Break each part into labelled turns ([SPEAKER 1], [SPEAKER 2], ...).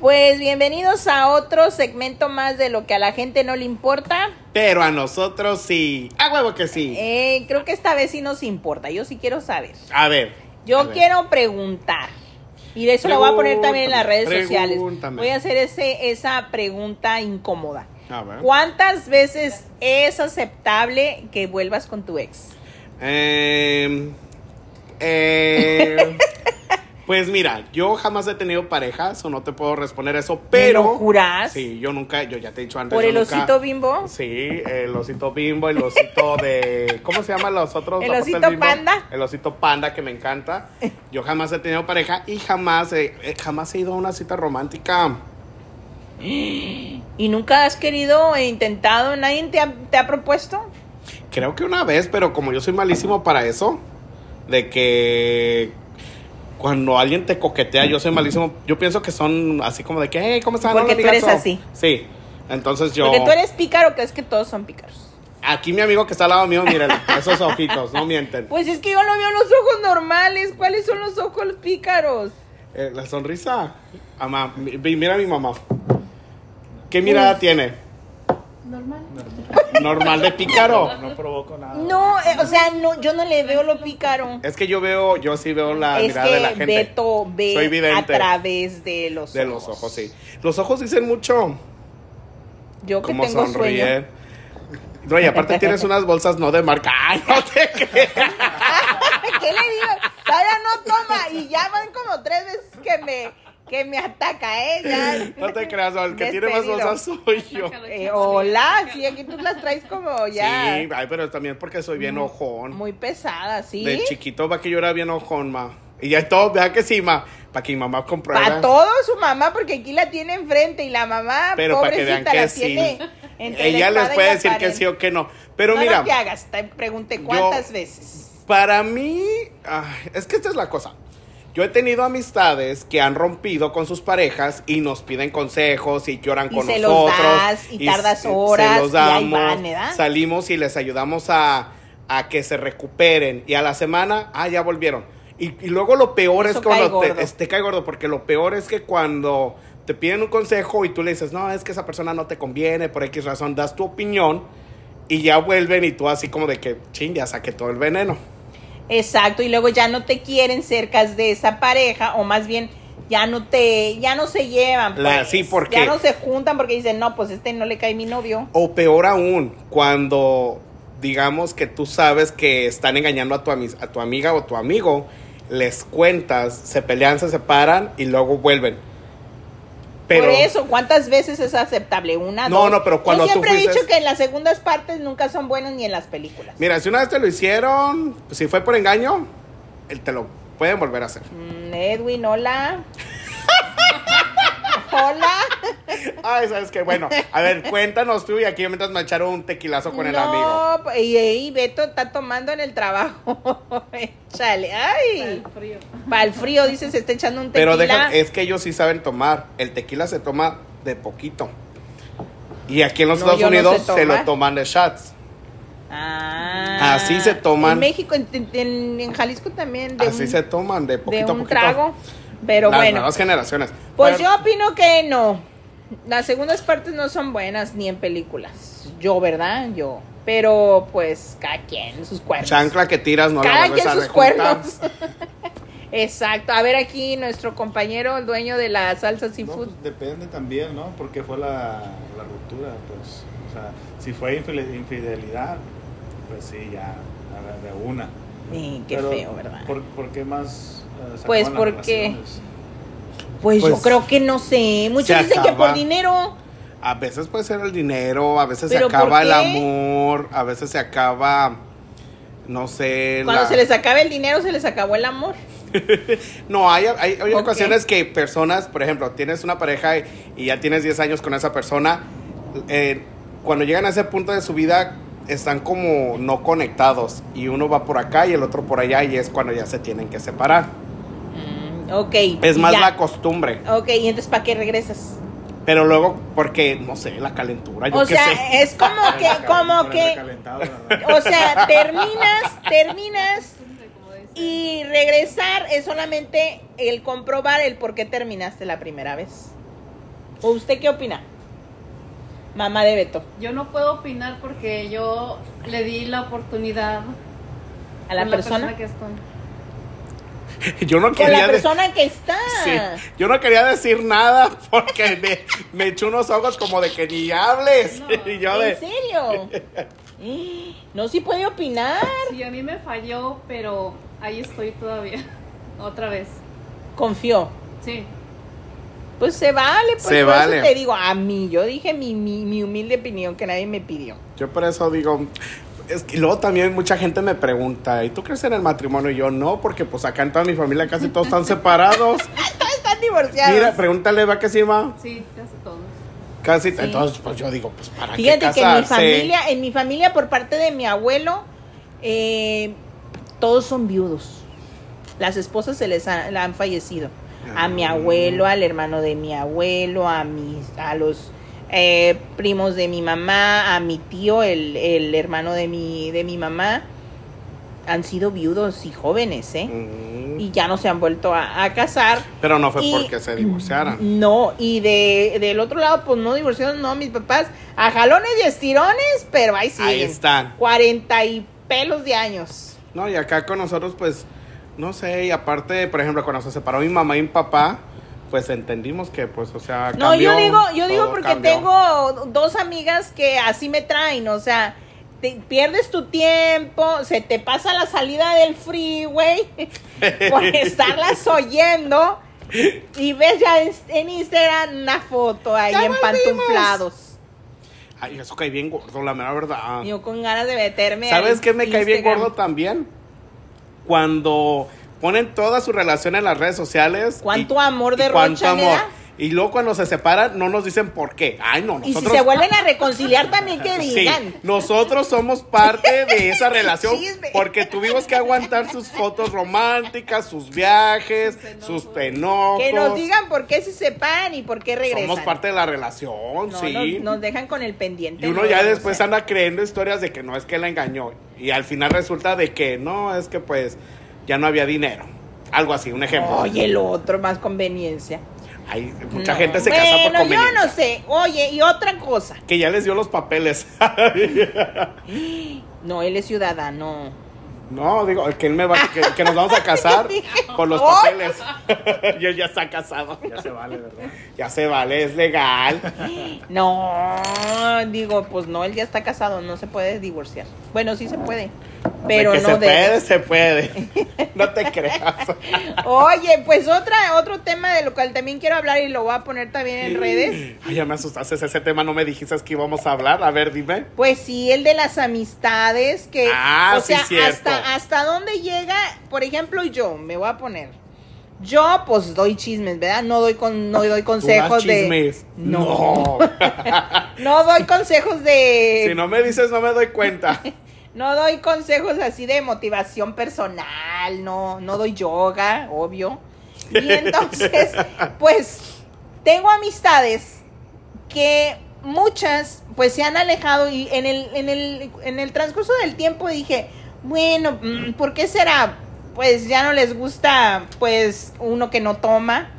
[SPEAKER 1] Pues bienvenidos a otro segmento más de lo que a la gente no le importa.
[SPEAKER 2] Pero a nosotros sí. A huevo que sí.
[SPEAKER 1] Eh, creo que esta vez sí nos importa. Yo sí quiero saber.
[SPEAKER 2] A ver.
[SPEAKER 1] Yo
[SPEAKER 2] a ver.
[SPEAKER 1] quiero preguntar. Y de eso lo voy a poner también en las redes
[SPEAKER 2] Pregúntame,
[SPEAKER 1] sociales.
[SPEAKER 2] pregúntame.
[SPEAKER 1] Voy a hacer ese, esa pregunta incómoda.
[SPEAKER 2] A ver.
[SPEAKER 1] ¿Cuántas veces es aceptable que vuelvas con tu ex?
[SPEAKER 2] Em, em, pues mira, yo jamás he tenido pareja, o no te puedo responder eso, pero.
[SPEAKER 1] lo juras?
[SPEAKER 2] Sí, yo nunca, yo ya te he dicho antes.
[SPEAKER 1] ¿Por
[SPEAKER 2] yo
[SPEAKER 1] el
[SPEAKER 2] nunca-
[SPEAKER 1] osito bimbo?
[SPEAKER 2] Sí, el osito bimbo, el osito de. ¿Cómo se llaman los otros?
[SPEAKER 1] ¿El
[SPEAKER 2] aparte
[SPEAKER 1] osito
[SPEAKER 2] del Bimbo?
[SPEAKER 1] panda?
[SPEAKER 2] El osito panda que me encanta. Yo jamás he tenido pareja y jamás he, eh, jamás he ido a una cita romántica.
[SPEAKER 1] ¿Y nunca has querido e intentado? ¿Nadie te ha, te ha propuesto?
[SPEAKER 2] Creo que una vez, pero como yo soy malísimo para eso, de que cuando alguien te coquetea, yo soy malísimo. Yo pienso que son así como de que, hey, ¿cómo están?
[SPEAKER 1] Porque
[SPEAKER 2] Hola,
[SPEAKER 1] tú eres
[SPEAKER 2] amigazo".
[SPEAKER 1] así.
[SPEAKER 2] Sí. Entonces yo.
[SPEAKER 1] Porque tú eres pícaro, crees que todos son pícaros.
[SPEAKER 2] Aquí mi amigo que está al lado mío, miren, esos ojitos, no mienten.
[SPEAKER 1] Pues es que yo no veo los ojos normales. ¿Cuáles son los ojos pícaros?
[SPEAKER 2] Eh, la sonrisa. Mamá, mi- mi- mira a mi mamá. ¿Qué mirada tiene? Normal. Normal de pícaro.
[SPEAKER 1] No, eh, o sea, no, yo no le veo lo pícaro.
[SPEAKER 2] Es que yo veo, yo sí veo la
[SPEAKER 1] Es
[SPEAKER 2] mirada Ah, de la
[SPEAKER 1] que
[SPEAKER 2] gente.
[SPEAKER 1] Beto
[SPEAKER 2] Soy
[SPEAKER 1] ve a
[SPEAKER 2] vidente.
[SPEAKER 1] través de los
[SPEAKER 2] De
[SPEAKER 1] ojos.
[SPEAKER 2] los ojos, sí. Los ojos dicen mucho.
[SPEAKER 1] Yo que
[SPEAKER 2] Como
[SPEAKER 1] tengo
[SPEAKER 2] sonríe.
[SPEAKER 1] sueño.
[SPEAKER 2] No, y aparte tienes unas bolsas no de marca. ¡Ay, no te creas!
[SPEAKER 1] ¿Qué le digo? Todavía no toma y ya van como tres veces que me, que me ataca, ¿eh? Ya.
[SPEAKER 2] No te creas, no, el que tiene más
[SPEAKER 1] Despedido.
[SPEAKER 2] bolsas soy yo.
[SPEAKER 1] Eh, hola, sí, aquí tú las traes como ya Mm.
[SPEAKER 2] Sí, ay, pero también porque soy bien ojón.
[SPEAKER 1] muy pesadas, ¿sí?
[SPEAKER 2] De chiquito, va que yo era bien ojón, ma. Y ya todo, vea que sí, ma. Para que mi mamá compruebe.
[SPEAKER 1] Para todo su mamá, porque aquí la tiene enfrente y la mamá,
[SPEAKER 2] Pero para que
[SPEAKER 1] pobrecita,
[SPEAKER 2] vean que
[SPEAKER 1] la
[SPEAKER 2] sí.
[SPEAKER 1] tiene. entre la
[SPEAKER 2] Ella les
[SPEAKER 1] espada y
[SPEAKER 2] puede
[SPEAKER 1] la
[SPEAKER 2] decir que
[SPEAKER 1] pared.
[SPEAKER 2] sí o que no. Pero
[SPEAKER 1] No,
[SPEAKER 2] mira.
[SPEAKER 1] No te hagas, te pregunté
[SPEAKER 2] yo-
[SPEAKER 1] cuántas veces.
[SPEAKER 2] Para mí, ay, es que esta es la cosa. Yo he tenido amistades que han rompido con sus parejas y nos piden consejos y lloran
[SPEAKER 1] Y
[SPEAKER 2] con
[SPEAKER 1] se los
[SPEAKER 2] nosotros.
[SPEAKER 1] das, y tardas horas, y ahí van, ¿verdad?
[SPEAKER 2] salimos y les ayudamos a, a que se recuperen. Y a la semana, ah, ya volvieron. Y, y luego lo peor
[SPEAKER 1] Eso
[SPEAKER 2] es cuando
[SPEAKER 1] cae
[SPEAKER 2] te,
[SPEAKER 1] gordo.
[SPEAKER 2] es- te cae gordo, porque lo peor es que cuando te piden un consejo y tú le dices, no, es que esa persona no te conviene, por X razón, das tu opinión y ya vuelven y tú así como de que, ching, ya saqué todo el veneno.
[SPEAKER 1] Exacto, y luego ya no te quieren cerca de esa pareja, o más bien ya no te, ya no se llevan.
[SPEAKER 2] La-
[SPEAKER 1] pues.
[SPEAKER 2] sí, porque-
[SPEAKER 1] Ya no se juntan porque dicen, no, pues este no le cae mi novio.
[SPEAKER 2] O peor aún, cuando digamos que tú sabes que están engañando a tu, ami- a tu amiga o tu amigo, les cuentas, se pelean, se separan y luego vuelven. Pero
[SPEAKER 1] Por eso, ¿cuántas veces es aceptable? Una,
[SPEAKER 2] No,
[SPEAKER 1] dos.
[SPEAKER 2] no, pero cuando
[SPEAKER 1] Yo
[SPEAKER 2] tú
[SPEAKER 1] siempre he
[SPEAKER 2] fuiste-
[SPEAKER 1] dicho que en las segundas partes nunca son buenas ni en las películas.
[SPEAKER 2] mira, si una vez te lo hicieron, si fue por engaño, él te lo pueden volver a hacer.
[SPEAKER 1] Mm, Edwin, hola. hola.
[SPEAKER 2] Ay, sabes que bueno, a ver, cuéntanos tú y aquí mientras me echaron un tequilazo con el
[SPEAKER 1] no,
[SPEAKER 2] amigo.
[SPEAKER 1] pues, Y, y Beto está tomando en el trabajo. Chale, ay. Para el frío, dice, se está echando un tequila.
[SPEAKER 2] Pero deja, es que ellos sí saben tomar. El tequila se toma de poquito. Y aquí en los
[SPEAKER 1] No,
[SPEAKER 2] Estados
[SPEAKER 1] yo no sé
[SPEAKER 2] Unidos se lo
[SPEAKER 1] tomar.
[SPEAKER 2] toman de shots.
[SPEAKER 1] Ah.
[SPEAKER 2] Así se toman.
[SPEAKER 1] En México, en, en- en Jalisco también. De
[SPEAKER 2] Así
[SPEAKER 1] un,
[SPEAKER 2] se toman de poquito
[SPEAKER 1] de
[SPEAKER 2] a
[SPEAKER 1] un
[SPEAKER 2] poquito.
[SPEAKER 1] trago. Pero
[SPEAKER 2] Las
[SPEAKER 1] bueno.
[SPEAKER 2] nuevas generaciones.
[SPEAKER 1] Pues
[SPEAKER 2] Bueno,
[SPEAKER 1] yo opino que no. Las segundas partes no son buenas ni en películas. Yo, ¿verdad? Yo. Pero pues cada quien sus cuernos.
[SPEAKER 2] Chancla que tiras no la
[SPEAKER 1] cada
[SPEAKER 2] vuelves
[SPEAKER 1] quien
[SPEAKER 2] a
[SPEAKER 1] sus
[SPEAKER 2] rejuntar.
[SPEAKER 1] cuernos. Exacto. A ver aquí nuestro compañero, el dueño de la salsa
[SPEAKER 3] No,
[SPEAKER 1] seafood.
[SPEAKER 3] pues, depende también, ¿no? Porque fue la, la ruptura, pues. O sea, si fue infel- infidelidad, pues sí, ya, a la de una.
[SPEAKER 1] Eh, qué
[SPEAKER 3] Pero,
[SPEAKER 1] feo, ¿verdad?
[SPEAKER 3] ¿Por, por qué más? eh, se
[SPEAKER 1] Pues,
[SPEAKER 3] acaban las
[SPEAKER 1] porque-
[SPEAKER 3] relaciones?
[SPEAKER 1] pues, yo
[SPEAKER 2] pues,
[SPEAKER 1] creo que no sé. Muchos
[SPEAKER 2] se
[SPEAKER 1] dicen que por
[SPEAKER 2] acaba.
[SPEAKER 1] dinero.
[SPEAKER 2] A veces puede ser el dinero, a veces se
[SPEAKER 1] ¿Pero por
[SPEAKER 2] acaba el
[SPEAKER 1] qué?
[SPEAKER 2] amor, a veces se acaba, no sé.
[SPEAKER 1] Cuando
[SPEAKER 2] la-
[SPEAKER 1] se les acabe el dinero, se les acabó el amor.
[SPEAKER 2] No, hay, hay, hay
[SPEAKER 1] Ok.
[SPEAKER 2] ocasiones que personas, por ejemplo, tienes una pareja y, y ya tienes 10 años con esa persona, eh, cuando llegan a ese punto de su vida, están como no conectados y uno va por acá y el otro por allá y es cuando ya se tienen que separar.
[SPEAKER 1] Mm, ok.
[SPEAKER 2] Es
[SPEAKER 1] y
[SPEAKER 2] más
[SPEAKER 1] ya.
[SPEAKER 2] la costumbre,
[SPEAKER 1] Ok, y entonces, ¿para qué regresas?
[SPEAKER 2] pero luego porque no sé, la calentura, yo
[SPEAKER 1] o
[SPEAKER 2] qué
[SPEAKER 1] sea,
[SPEAKER 2] sé.
[SPEAKER 1] es como que, como que, o sea, terminas, terminas y regresar es solamente el comprobar el por qué terminaste la primera vez. ¿O usted qué opina? Mamá de Beto,
[SPEAKER 4] Yo no puedo opinar porque yo le di la oportunidad
[SPEAKER 1] a la
[SPEAKER 4] con
[SPEAKER 1] persona,
[SPEAKER 4] que estoy.
[SPEAKER 2] Yo no
[SPEAKER 1] eh, con
[SPEAKER 2] quería
[SPEAKER 1] la
[SPEAKER 2] de-
[SPEAKER 1] persona que está.
[SPEAKER 2] Sí, yo no quería decir nada porque me, me echó unos ojos como de que ni hables.
[SPEAKER 4] No,
[SPEAKER 2] y
[SPEAKER 1] ¿En
[SPEAKER 2] yo de,
[SPEAKER 1] serio? Eh, No, sí puede opinar.
[SPEAKER 4] Sí, a mí me falló, pero ahí estoy todavía. Otra vez.
[SPEAKER 1] Confió.
[SPEAKER 4] Sí.
[SPEAKER 1] Pues se vale, pues
[SPEAKER 2] Se
[SPEAKER 1] por eso
[SPEAKER 2] vale.
[SPEAKER 1] te digo, a mí, yo dije mi, mi, mi humilde opinión que nadie me pidió.
[SPEAKER 2] yo por eso digo, es que luego también mucha gente me pregunta, ¿y tú crees en el matrimonio? Y yo no, porque pues acá en toda mi familia casi todos están separados.
[SPEAKER 1] Están divorciados.
[SPEAKER 2] Mira, pregúntale, va que sí va.
[SPEAKER 4] Sí, casi todos.
[SPEAKER 2] Casi, entonces pues yo digo, pues para qué
[SPEAKER 1] Fíjate que en mi
[SPEAKER 2] casarse?
[SPEAKER 1] familia, en mi familia por parte de mi abuelo, eh, todos son viudos. Las esposas se les ha- la han fallecido. A mi
[SPEAKER 2] Ah.
[SPEAKER 1] abuelo, al hermano de mi abuelo, a mis, a los eh, primos de mi mamá, a mi tío, el, el hermano de mi, de mi mamá, han sido viudos y jóvenes, ¿eh?
[SPEAKER 2] Mm,
[SPEAKER 1] Y ya no se han vuelto a- a casar.
[SPEAKER 2] pero no fue
[SPEAKER 1] y-
[SPEAKER 2] porque se divorciaran.
[SPEAKER 1] No, y de, del otro lado, pues no divorciaron, no, mis papás, a jalones y estirones, pero ahí sí.
[SPEAKER 2] Ahí están.
[SPEAKER 1] 40 y pelos de años.
[SPEAKER 2] No, y acá con nosotros, pues, no sé, y aparte, por ejemplo, cuando se separó mi mamá y mi papá, pues entendimos que, pues, o sea,
[SPEAKER 1] No, yo
[SPEAKER 2] cambió,
[SPEAKER 1] digo, yo digo
[SPEAKER 2] todo
[SPEAKER 1] porque
[SPEAKER 2] cambió.
[SPEAKER 1] tengo dos amigas que así me traen, o sea, te- pierdes tu tiempo, se te pasa la salida del freeway por estarlas oyendo y ves ya en, en Instagram una foto ahí
[SPEAKER 2] ¡Ya
[SPEAKER 1] en
[SPEAKER 2] volvimos!
[SPEAKER 1] pantuflados.
[SPEAKER 2] Ay, eso cae bien gordo, la mera verdad.
[SPEAKER 1] Yo con ganas de meterme.
[SPEAKER 2] ¿Sabes
[SPEAKER 1] al
[SPEAKER 2] qué me cae bien
[SPEAKER 1] Instagram.
[SPEAKER 2] gordo también? Cuando ponen toda su relación en las redes sociales.
[SPEAKER 1] ¿Cuánto
[SPEAKER 2] y-
[SPEAKER 1] amor
[SPEAKER 2] y
[SPEAKER 1] derrochan,
[SPEAKER 2] cuánto amor.
[SPEAKER 1] verdad?
[SPEAKER 2] Y luego cuando se separan, no nos dicen por qué. Ay, no,
[SPEAKER 1] Y si
[SPEAKER 2] nosotros.
[SPEAKER 1] se vuelven a reconciliar también que
[SPEAKER 2] Sí,
[SPEAKER 1] digan.
[SPEAKER 2] nosotros somos parte de esa relación
[SPEAKER 1] Chisme.
[SPEAKER 2] porque tuvimos que aguantar sus fotos románticas, sus viajes,
[SPEAKER 4] Sus
[SPEAKER 2] sus enojos.
[SPEAKER 1] Que nos digan por qué se separan y por qué regresan.
[SPEAKER 2] Somos parte de la relación,
[SPEAKER 1] No,
[SPEAKER 2] sí.
[SPEAKER 1] nos, nos dejan con el pendiente.
[SPEAKER 2] y uno
[SPEAKER 1] no,
[SPEAKER 2] ya
[SPEAKER 1] o
[SPEAKER 2] después
[SPEAKER 1] sea,
[SPEAKER 2] anda creyendo historias de que no es que la engañó y al final resulta de que no, es que pues ya no había dinero. Algo así, un ejemplo.
[SPEAKER 1] Oye, el otro, más conveniencia.
[SPEAKER 2] Hay, mucha
[SPEAKER 1] No.
[SPEAKER 2] gente se
[SPEAKER 1] bueno,
[SPEAKER 2] casa por conveniencia.
[SPEAKER 1] yo no sé. Oye, y otra cosa.
[SPEAKER 2] Que ya les dio los papeles.
[SPEAKER 1] No, él es ciudadano.
[SPEAKER 2] No, digo, que él me va, que, que nos vamos a casar por
[SPEAKER 1] Oh.
[SPEAKER 2] los papeles. y él ya está casado.
[SPEAKER 3] Ya se vale, ¿verdad?
[SPEAKER 2] Ya se vale, es legal.
[SPEAKER 1] No, digo, pues no, él ya está casado, no se puede divorciar. Bueno, sí se puede, pero
[SPEAKER 2] De Pues que
[SPEAKER 1] no
[SPEAKER 2] se
[SPEAKER 1] de...
[SPEAKER 2] puede, se puede. No te creas.
[SPEAKER 1] Oye, pues otra, otro tema de lo cual también quiero hablar y lo voy a poner también en redes.
[SPEAKER 2] Ay, ya me asustaste ese tema, no me dijiste que íbamos a hablar. A ver, dime.
[SPEAKER 1] Pues sí, el de las amistades que,
[SPEAKER 2] Ah,
[SPEAKER 1] o
[SPEAKER 2] sí,
[SPEAKER 1] sea,
[SPEAKER 2] cierto.
[SPEAKER 1] hasta hasta dónde llega, por ejemplo, yo me voy a poner. Yo pues doy chismes, ¿verdad? No doy con no doy
[SPEAKER 2] Tú das
[SPEAKER 1] consejos de
[SPEAKER 2] chismes.
[SPEAKER 1] No.
[SPEAKER 2] No.
[SPEAKER 1] no doy consejos de
[SPEAKER 2] si no me dices, no me doy cuenta.
[SPEAKER 1] No doy consejos así de motivación personal, no, no doy yoga, obvio. Y entonces, pues, tengo amistades que muchas, pues, se han alejado y en el, en el, en el transcurso del tiempo dije, bueno, mm, ¿por qué será? Pues ya no les gusta, pues, uno que no toma,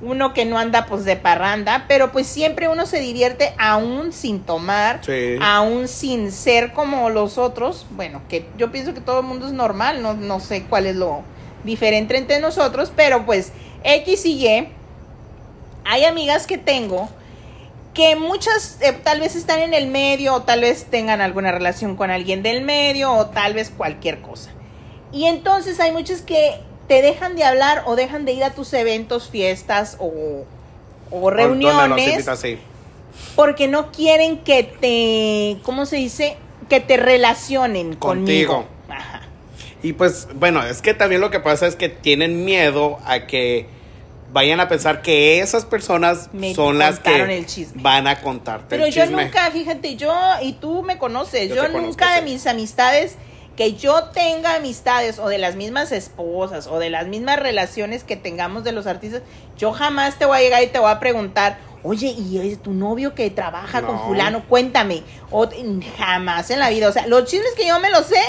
[SPEAKER 1] uno que no anda, pues, de parranda, pero pues siempre uno se divierte aún sin tomar,
[SPEAKER 2] Sí.
[SPEAKER 1] aún sin ser como los otros, bueno, que yo pienso que todo el mundo es normal, no, no sé cuál es lo diferente entre nosotros, pero pues X y Y, hay amigas que tengo que muchas eh, tal vez están en el medio o tal vez tengan alguna relación con alguien del medio o tal vez cualquier cosa. Y entonces hay muchas que te dejan de hablar o dejan de ir a tus eventos, fiestas o, o
[SPEAKER 2] Donde los
[SPEAKER 1] reuniones
[SPEAKER 2] invitas, sí.
[SPEAKER 1] porque no quieren que te, ¿cómo se dice? Que te relacionen
[SPEAKER 2] Contigo.
[SPEAKER 1] conmigo. Ajá.
[SPEAKER 2] Y pues, bueno, es que también lo que pasa es que tienen miedo a que vayan a pensar que esas personas
[SPEAKER 1] Me
[SPEAKER 2] son las
[SPEAKER 1] contaron
[SPEAKER 2] que
[SPEAKER 1] el chisme.
[SPEAKER 2] van a contarte
[SPEAKER 1] Pero
[SPEAKER 2] el
[SPEAKER 1] yo
[SPEAKER 2] chisme.
[SPEAKER 1] nunca, fíjate, yo, y tú me conoces,
[SPEAKER 2] Yo
[SPEAKER 1] yo,
[SPEAKER 2] te conozco,
[SPEAKER 1] nunca de
[SPEAKER 2] sí.
[SPEAKER 1] mis amistades, que yo tenga amistades o de las mismas esposas o de las mismas relaciones que tengamos de los artistas, yo jamás te voy a llegar y te voy a preguntar, oye, ¿y es tu novio que trabaja con
[SPEAKER 2] No.
[SPEAKER 1] fulano? Cuéntame. O, jamás en la vida. O sea, los chismes que yo me los sé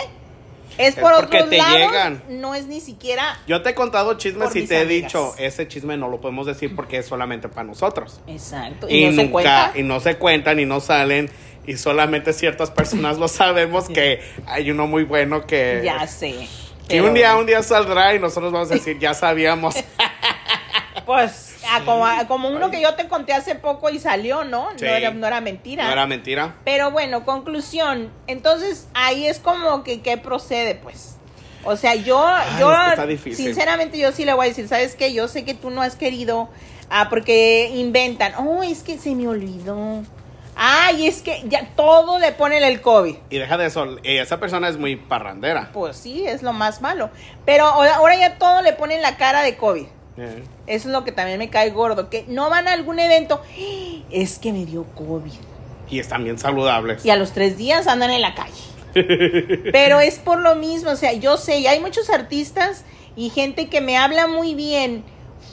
[SPEAKER 1] es
[SPEAKER 2] Es
[SPEAKER 1] por
[SPEAKER 2] porque
[SPEAKER 1] otros
[SPEAKER 2] te
[SPEAKER 1] lados,
[SPEAKER 2] llegan.
[SPEAKER 1] no es ni siquiera...
[SPEAKER 2] Yo te he contado chismes
[SPEAKER 1] Por
[SPEAKER 2] y
[SPEAKER 1] mis
[SPEAKER 2] te he
[SPEAKER 1] amigas.
[SPEAKER 2] dicho, ese chisme no lo podemos decir porque es solamente para nosotros.
[SPEAKER 1] Exacto.
[SPEAKER 2] Y,
[SPEAKER 1] Y, no
[SPEAKER 2] nunca,
[SPEAKER 1] se cuenta.
[SPEAKER 2] y no se cuentan y no salen. Y solamente ciertas personas lo sabemos que hay uno muy bueno que...
[SPEAKER 1] Ya sé.
[SPEAKER 2] que
[SPEAKER 1] pero-
[SPEAKER 2] un día, un día saldrá y nosotros vamos a decir, ya sabíamos.
[SPEAKER 1] Pues, ah, como, ah, como uno que yo te conté hace poco y salió, ¿no?
[SPEAKER 2] Sí.
[SPEAKER 1] No, era, no era mentira.
[SPEAKER 2] no era mentira.
[SPEAKER 1] Pero bueno, conclusión. Entonces, ahí es como que qué procede, pues. O sea, yo,
[SPEAKER 2] Ay,
[SPEAKER 1] yo,
[SPEAKER 2] es que está difícil.
[SPEAKER 1] sinceramente, yo sí le voy a decir, ¿sabes qué? Yo sé que tú no has querido, ah, porque inventan, oh, es que se me olvidó. Ay, es que ya todo le ponen el COVID.
[SPEAKER 2] Y deja de eso, eh, esa persona es muy parrandera.
[SPEAKER 1] Pues sí, es lo más malo. Pero ahora ahora ya todo le ponen la cara de COVID.
[SPEAKER 2] Eh,
[SPEAKER 1] Eso es lo que también me cae gordo, que no van a algún evento. Es que me dio COVID.
[SPEAKER 2] Y están bien saludables.
[SPEAKER 1] Y a los tres días andan en la calle. Pero es por lo mismo, o sea, yo sé, y hay muchos artistas y gente que me habla muy bien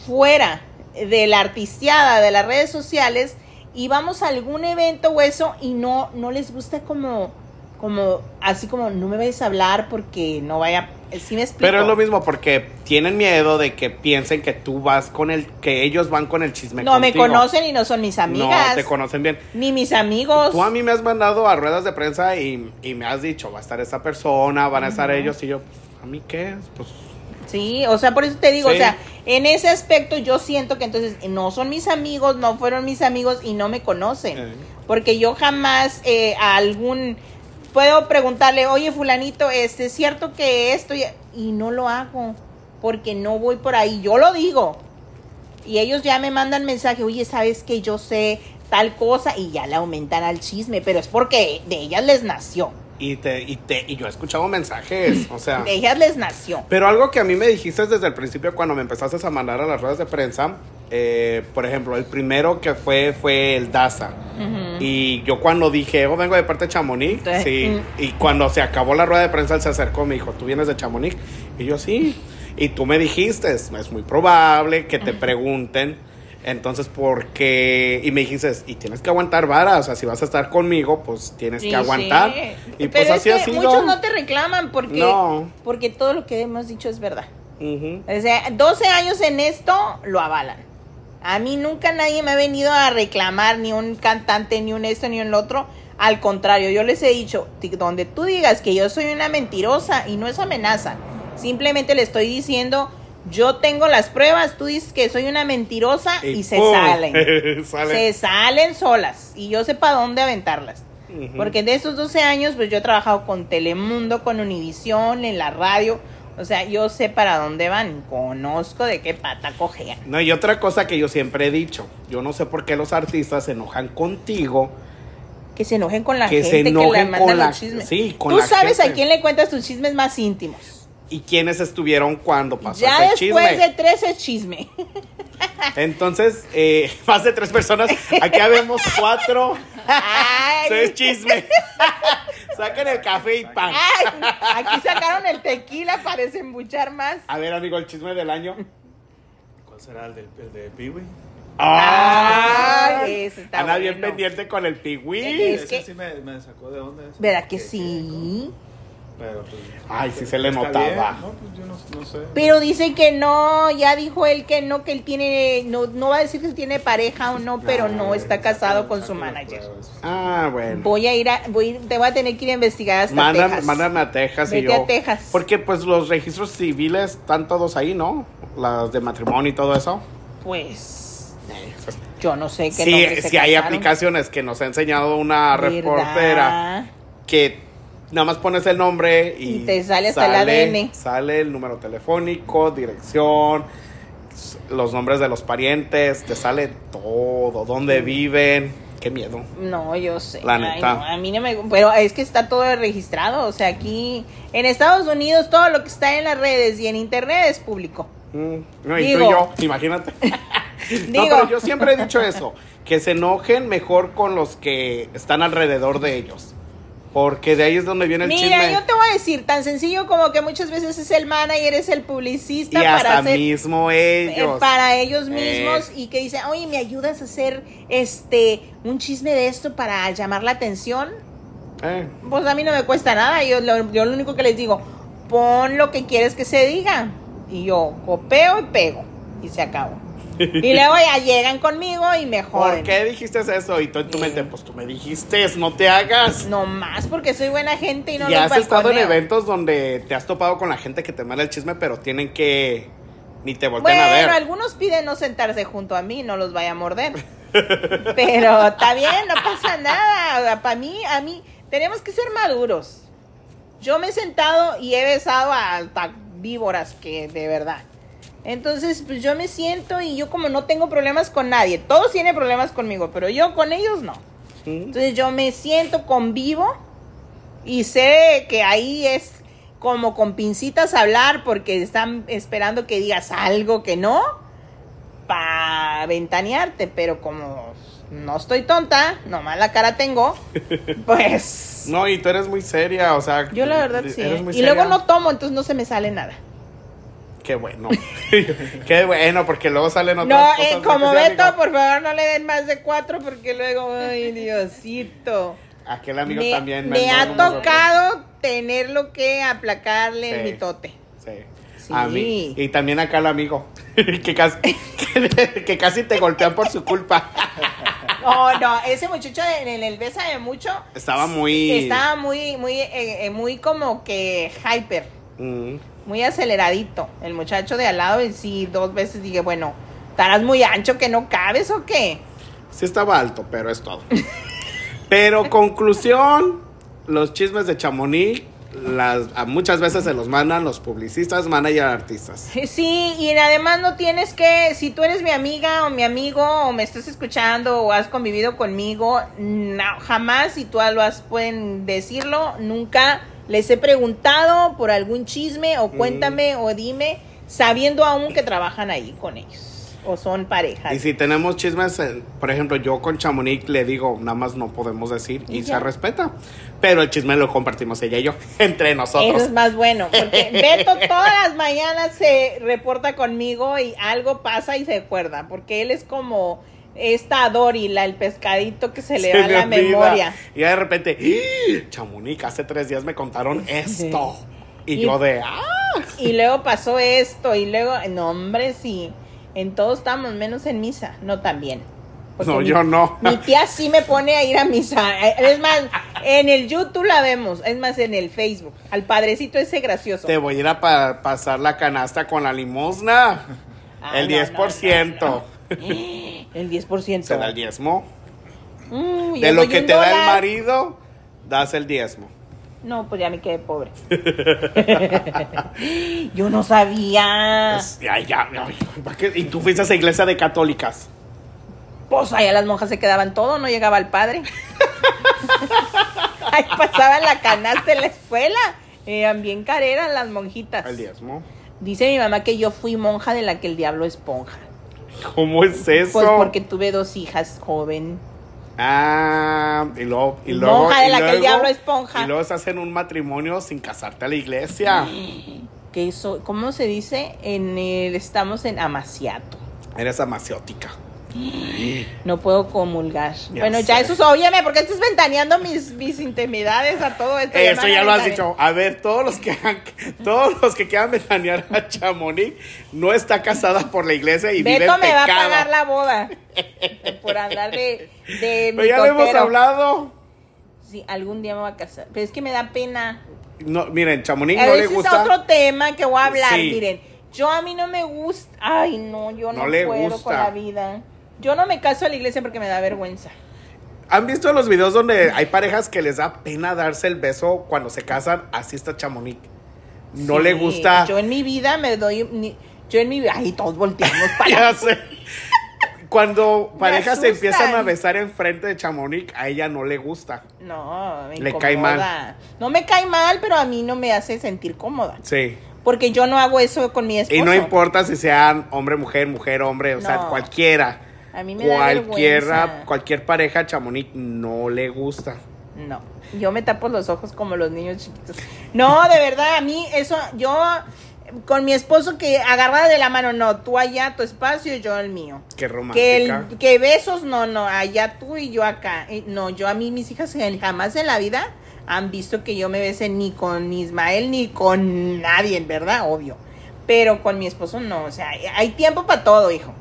[SPEAKER 1] fuera de la artisteada, de las redes sociales, y vamos a algún evento o eso, y no, no les gusta como, como, así como, no me vayas a hablar porque no vaya, si me explico.
[SPEAKER 2] Pero es lo mismo porque tienen miedo de que piensen que tú vas con el, que ellos van con el chisme.
[SPEAKER 1] no me
[SPEAKER 2] contigo.
[SPEAKER 1] conocen y no son mis
[SPEAKER 2] No
[SPEAKER 1] amigas,
[SPEAKER 2] te conocen bien.
[SPEAKER 1] ni mis amigos.
[SPEAKER 2] Tú a mí me has mandado a ruedas de prensa y, y me has dicho, va a estar esta persona, van a estar ellos. Y yo, ¿a mí qué? Pues
[SPEAKER 1] Sí, o sea, por eso te digo,
[SPEAKER 2] Sí.
[SPEAKER 1] o sea, en ese aspecto yo siento que entonces no son mis amigos, no fueron mis amigos y no me conocen.
[SPEAKER 2] Eh.
[SPEAKER 1] Porque yo jamás eh, a algún puedo preguntarle, "Oye, fulanito, este es cierto que esto y, y no lo hago porque no voy por ahí, yo lo digo." Y ellos ya me mandan mensaje, "Oye, ¿sabes que yo sé tal cosa?" y ya le aumentan al chisme, pero es porque de ellas les nació.
[SPEAKER 2] Y te, y te, y yo he escuchado mensajes, o sea.
[SPEAKER 1] De ellas les nació.
[SPEAKER 2] Pero algo que a mí me dijiste desde el principio cuando me empezaste a mandar a las ruedas de prensa, eh, por ejemplo, el primero que fue fue el Daza. Y yo cuando dije, oh, vengo de parte de Chamonix,
[SPEAKER 1] Entonces,
[SPEAKER 2] sí.
[SPEAKER 1] Mm.
[SPEAKER 2] Y cuando se acabó la rueda de prensa, él se acercó y me dijo, ¿tú vienes de Chamonix? Y yo, sí. Y tú me dijiste, es es muy probable que te pregunten. Entonces, ¿por qué? Y me dijiste, y tienes que aguantar vara, o sea, si vas a estar conmigo, pues tienes
[SPEAKER 1] Sí,
[SPEAKER 2] que aguantar.
[SPEAKER 1] sí.
[SPEAKER 2] Y
[SPEAKER 1] Pero
[SPEAKER 2] pues
[SPEAKER 1] es
[SPEAKER 2] así
[SPEAKER 1] que
[SPEAKER 2] ha sido.
[SPEAKER 1] Muchos no te reclaman porque,
[SPEAKER 2] No.
[SPEAKER 1] porque todo lo que hemos dicho es verdad.
[SPEAKER 2] Ujú.
[SPEAKER 1] O sea, 12 años en esto lo avalan. A mí nunca nadie me ha venido a reclamar, ni un cantante, ni un esto, ni un otro. Al contrario, yo les he dicho, "Ti- donde tú digas que yo soy una mentirosa y no es amenaza, simplemente le estoy diciendo, yo tengo las pruebas, tú dices que soy una mentirosa y, se
[SPEAKER 2] ¡pum!
[SPEAKER 1] salen.
[SPEAKER 2] Salen.
[SPEAKER 1] Se salen solas y yo sé para dónde aventarlas.
[SPEAKER 2] Ujú.
[SPEAKER 1] Porque de esos 12 años, pues yo he trabajado con Telemundo, con Univisión, en la radio. O sea, yo sé para dónde van, conozco de qué pata cojean.
[SPEAKER 2] No, y otra cosa que yo siempre he dicho, yo no sé por qué los artistas se enojan contigo.
[SPEAKER 1] Que se enojen con la
[SPEAKER 2] Que se
[SPEAKER 1] gente que
[SPEAKER 2] enojen
[SPEAKER 1] le
[SPEAKER 2] con
[SPEAKER 1] mandan
[SPEAKER 2] la-
[SPEAKER 1] los chismes.
[SPEAKER 2] sí, con
[SPEAKER 1] Tú
[SPEAKER 2] la
[SPEAKER 1] sabes
[SPEAKER 2] gente.
[SPEAKER 1] a quién le cuentas tus chismes más íntimos.
[SPEAKER 2] ¿Y quiénes estuvieron cuando pasó
[SPEAKER 1] ya
[SPEAKER 2] ese
[SPEAKER 1] después
[SPEAKER 2] chisme?
[SPEAKER 1] de 13 chisme.
[SPEAKER 2] Entonces, eh, más de tres personas. Aquí habemos cuatro.
[SPEAKER 1] Ay,
[SPEAKER 2] Eso es chisme. Saquen el café y pan.
[SPEAKER 1] ay, aquí sacaron el tequila para desembuchar más.
[SPEAKER 2] A ver, amigo, el chisme del año.
[SPEAKER 3] ¿Cuál será el de, el de Peewee?
[SPEAKER 1] Ay, ese está
[SPEAKER 2] Ana Ah. bien
[SPEAKER 1] bueno.
[SPEAKER 2] pendiente con el
[SPEAKER 1] Sí,
[SPEAKER 2] piwi.
[SPEAKER 1] es que-
[SPEAKER 3] sí me, me sacó de onda. ese.
[SPEAKER 1] ¿Verdad que
[SPEAKER 3] Que-
[SPEAKER 1] sí?
[SPEAKER 3] Pero pues,
[SPEAKER 2] Ay, sí se le
[SPEAKER 3] está
[SPEAKER 2] notaba.
[SPEAKER 3] bien, No, pues yo no, no sé.
[SPEAKER 1] Pero dice que no, ya dijo él que no, que él tiene, no, no va a decir que tiene pareja o no, pero no, está casado con su manager.
[SPEAKER 3] pues,
[SPEAKER 2] Ah, bueno.
[SPEAKER 1] Voy a ir a, voy, a ir- te voy a tener que ir a investigar hasta
[SPEAKER 2] Mándame,
[SPEAKER 1] Texas.
[SPEAKER 2] mándame a Texas y
[SPEAKER 1] Vete
[SPEAKER 2] yo.
[SPEAKER 1] a Texas.
[SPEAKER 2] Porque pues los registros civiles están todos ahí, ¿no? Las de matrimonio y todo eso.
[SPEAKER 1] Pues, yo no sé qué
[SPEAKER 2] Sí,
[SPEAKER 1] nombre se
[SPEAKER 2] sí hay
[SPEAKER 1] casaron.
[SPEAKER 2] aplicaciones que nos ha enseñado una reportera
[SPEAKER 1] ¿Verdad?
[SPEAKER 2] que nada más pones el nombre y,
[SPEAKER 1] Y te sale hasta el ADN.
[SPEAKER 2] Sale el número telefónico, dirección, s- los nombres de los parientes, te sale todo, dónde viven. Qué miedo.
[SPEAKER 1] No, yo sé.
[SPEAKER 2] La
[SPEAKER 1] Ay,
[SPEAKER 2] neta.
[SPEAKER 1] no, a mí no me. Pero es que está todo registrado. O sea, aquí en Estados Unidos todo lo que está en las redes y en internet es público.
[SPEAKER 2] Mm, no, y tú
[SPEAKER 1] Digo.
[SPEAKER 2] y yo, imagínate. No,
[SPEAKER 1] Digo.
[SPEAKER 2] pero yo siempre he dicho eso, que se enojen mejor con los que están alrededor de ellos, porque de ahí es donde viene el
[SPEAKER 1] Mira,
[SPEAKER 2] chisme.
[SPEAKER 1] yo te voy a decir, tan sencillo como que muchas veces es el manager, es el publicista
[SPEAKER 2] y
[SPEAKER 1] para
[SPEAKER 2] hasta
[SPEAKER 1] hacer
[SPEAKER 2] mismo
[SPEAKER 1] eh,
[SPEAKER 2] ellos.
[SPEAKER 1] para ellos
[SPEAKER 2] Eh.
[SPEAKER 1] mismos y que dicen, oye, ¿me ayudas a hacer este un chisme de esto para llamar la atención?
[SPEAKER 2] Eh,
[SPEAKER 1] Pues a mí no me cuesta nada, yo lo, yo lo único que les digo, pon lo que quieres que se diga. Y yo copeo y pego y se acabó. Y luego ya llegan conmigo y me joden.
[SPEAKER 2] ¿Por qué dijiste eso? Y tú en tu mente, pues tú me dijiste, no te hagas.
[SPEAKER 1] No más porque soy buena gente y no
[SPEAKER 2] y
[SPEAKER 1] los
[SPEAKER 2] has estado en
[SPEAKER 1] balconeo.
[SPEAKER 2] eventos donde te has topado con la gente que te manda el chisme, pero tienen que ni te voltean
[SPEAKER 1] Bueno,
[SPEAKER 2] a ver.
[SPEAKER 1] algunos piden no sentarse junto a mí, no los vaya a morder. Pero está bien, no pasa nada. Para mí, a mí, tenemos que ser maduros. Yo me he sentado y he besado a hasta víboras que de verdad. Entonces, pues yo me siento y yo como no tengo problemas con nadie, todos tienen problemas conmigo, pero yo con ellos no.
[SPEAKER 2] Mm.
[SPEAKER 1] Entonces yo me siento convivo y sé que ahí es como con pincitas hablar porque están esperando que digas algo que no para ventanearte, pero como no estoy tonta, nomás la cara tengo, pues
[SPEAKER 2] No, y tú eres muy seria, o sea.
[SPEAKER 1] yo la verdad sí.
[SPEAKER 2] eres
[SPEAKER 1] ¿eh?
[SPEAKER 2] muy
[SPEAKER 1] Y luego
[SPEAKER 2] seria.
[SPEAKER 1] no tomo, entonces no se me sale nada.
[SPEAKER 2] Qué bueno. Qué bueno, porque luego salen otras
[SPEAKER 1] No,
[SPEAKER 2] cosas.
[SPEAKER 1] eh,
[SPEAKER 2] ¿no?
[SPEAKER 1] como
[SPEAKER 2] Que sea,
[SPEAKER 1] Beto,
[SPEAKER 2] digo,
[SPEAKER 1] por favor no le den más de cuatro porque luego, ay Diosito.
[SPEAKER 2] Aquel amigo
[SPEAKER 1] me,
[SPEAKER 2] también.
[SPEAKER 1] me
[SPEAKER 2] mandó
[SPEAKER 1] ha
[SPEAKER 2] unos otros.
[SPEAKER 1] tocado tenerlo que aplacarle el
[SPEAKER 2] Sí.
[SPEAKER 1] mitote.
[SPEAKER 2] Sí.
[SPEAKER 1] Sí.
[SPEAKER 2] A mí. Y también acá el amigo. que, casi, que, que casi te golpean por su culpa.
[SPEAKER 1] No, no, ese muchacho en el, el besa de mucho
[SPEAKER 2] Estaba muy.
[SPEAKER 1] estaba muy, muy, eh, eh, muy como que hyper,
[SPEAKER 2] Mm.
[SPEAKER 1] muy aceleradito. El muchacho de al lado, y sí, dos veces dije, bueno, ¿estarás muy ancho que no cabes o qué?
[SPEAKER 2] Sí estaba alto, pero es todo. pero conclusión, los chismes de Chamonix, las, a muchas veces se los mandan los publicistas, manager, artistas.
[SPEAKER 1] Sí, y además no tienes que, si tú eres mi amiga o mi amigo o me estás escuchando o has convivido conmigo, no, jamás, si tú lo has, pueden decirlo, nunca les he preguntado por algún chisme
[SPEAKER 2] Mm.
[SPEAKER 1] o cuéntame o dime, sabiendo aún que trabajan ahí con ellos o son parejas.
[SPEAKER 2] Y si tenemos chismes, eh, por ejemplo, yo con Chamonix le digo, nada más no podemos decir y,
[SPEAKER 1] Y
[SPEAKER 2] se
[SPEAKER 1] ya.
[SPEAKER 2] respeta. Pero el chisme lo compartimos ella y yo, entre
[SPEAKER 1] Eso
[SPEAKER 2] nosotros.
[SPEAKER 1] es más bueno, porque Beto todas las mañanas se reporta conmigo y algo pasa y se acuerda, porque él es como esta Dory, la, el pescadito que se le da
[SPEAKER 2] me
[SPEAKER 1] la
[SPEAKER 2] olvida.
[SPEAKER 1] memoria.
[SPEAKER 2] Y de repente, "Ih, Chamonix, hace tres días me contaron esto. Y,
[SPEAKER 1] Y-
[SPEAKER 2] yo de, ah,
[SPEAKER 1] Y luego pasó esto, y luego, no hombre, sí, en todos estamos, menos en misa, no también.
[SPEAKER 2] No, yo no.
[SPEAKER 1] Mi tía sí me pone a ir a misa. Es más, en el YouTube la vemos, es más, en el Facebook, al padrecito ese gracioso.
[SPEAKER 2] te voy a ir a pa- pasar la canasta con la limosna.
[SPEAKER 1] Ah,
[SPEAKER 2] el
[SPEAKER 1] no, no,
[SPEAKER 2] 10%.
[SPEAKER 1] no, El 10%.
[SPEAKER 2] Se da el diezmo.
[SPEAKER 1] Mm, yo
[SPEAKER 2] de lo
[SPEAKER 1] doy
[SPEAKER 2] que
[SPEAKER 1] un
[SPEAKER 2] te da el
[SPEAKER 1] dólar.
[SPEAKER 2] marido, das el diezmo.
[SPEAKER 1] No, pues ya me quedé pobre. Yo no sabía.
[SPEAKER 2] Es- ay, ya, ay, ¿para qué? Y tú fuiste a esa iglesia de católicas.
[SPEAKER 1] Pues allá las monjas se quedaban todo, no llegaba el padre. Ahí pasaban la canasta en la escuela. Eran bien careras las monjitas.
[SPEAKER 2] El diezmo.
[SPEAKER 1] Dice mi mamá que yo fui monja de la que el diablo esponja.
[SPEAKER 2] ¿Cómo es eso?
[SPEAKER 1] Pues porque tuve dos hijas joven.
[SPEAKER 2] Ah, y luego. Y luego
[SPEAKER 1] Monja de
[SPEAKER 2] y
[SPEAKER 1] la que el
[SPEAKER 2] luego-
[SPEAKER 1] diablo esponja.
[SPEAKER 2] Y luego se hacen un matrimonio sin casarte a la iglesia.
[SPEAKER 1] Que eso, ¿cómo se dice? En el- estamos en amaciato.
[SPEAKER 2] Eres amaciótica.
[SPEAKER 1] No puedo comulgar.
[SPEAKER 2] Ya
[SPEAKER 1] bueno,
[SPEAKER 2] sé.
[SPEAKER 1] ya eso es, óyeme, porque estás ventaneando mis, mis intimidades a todo esto.
[SPEAKER 2] Eso
[SPEAKER 1] van a
[SPEAKER 2] ya lo has
[SPEAKER 1] ventane-
[SPEAKER 2] dicho. A ver, todos los que han- todos los que quieran ventanear a Chamonix no está casada por la iglesia y vive
[SPEAKER 1] Beto
[SPEAKER 2] en
[SPEAKER 1] me va a
[SPEAKER 2] pecado.
[SPEAKER 1] pagar la boda por andar de, de
[SPEAKER 2] Pero ya lo hemos
[SPEAKER 1] mitotero.
[SPEAKER 2] hablado.
[SPEAKER 1] Sí, algún día me voy a casar. Pero es que me da pena.
[SPEAKER 2] No, miren, Chamonix
[SPEAKER 1] A
[SPEAKER 2] no le
[SPEAKER 1] veces es
[SPEAKER 2] gusta.
[SPEAKER 1] otro tema que voy a hablar,
[SPEAKER 2] Sí.
[SPEAKER 1] miren. Yo a mí no me gusta. Ay, no, yo no,
[SPEAKER 2] No le
[SPEAKER 1] puedo
[SPEAKER 2] gusta.
[SPEAKER 1] con la vida. Yo no me caso a la iglesia porque me da vergüenza.
[SPEAKER 2] ¿Han visto los videos donde hay parejas que les da pena darse el beso cuando se casan? Así está Chamonix. No
[SPEAKER 1] Sí,
[SPEAKER 2] le gusta.
[SPEAKER 1] Yo en mi vida me doy. ni- yo en mi vida. Ay, todos volteamos para
[SPEAKER 2] Ya sé. Cuando
[SPEAKER 1] Me
[SPEAKER 2] parejas se
[SPEAKER 1] asustan.
[SPEAKER 2] empiezan a besar enfrente de Chamonix, a ella no le gusta.
[SPEAKER 1] No, me
[SPEAKER 2] Le cae
[SPEAKER 1] incomoda. No me cae mal, pero a mí no me hace sentir cómoda.
[SPEAKER 2] Sí.
[SPEAKER 1] Porque yo no hago eso con mi esposo.
[SPEAKER 2] Y no importa si sean hombre, mujer, mujer, hombre, o sea,
[SPEAKER 1] No.
[SPEAKER 2] cualquiera.
[SPEAKER 1] A mí me da
[SPEAKER 2] Cualquiera,
[SPEAKER 1] vergüenza.
[SPEAKER 2] cualquier pareja chamonix no le gusta.
[SPEAKER 1] No, yo me tapo los ojos como los niños chiquitos. No, de verdad, a mí eso, yo con mi esposo que agarrada de la mano, no, tú allá tu espacio, yo el mío.
[SPEAKER 2] Qué romántica.
[SPEAKER 1] Que, el- que besos, no, no, allá tú y yo acá. Eh, No, yo a mí mis hijas en- jamás en la vida han visto que yo me bese ni con Ismael ni con nadie, ¿verdad? Obvio. Pero con mi esposo no, o sea, hay tiempo para todo, hijo.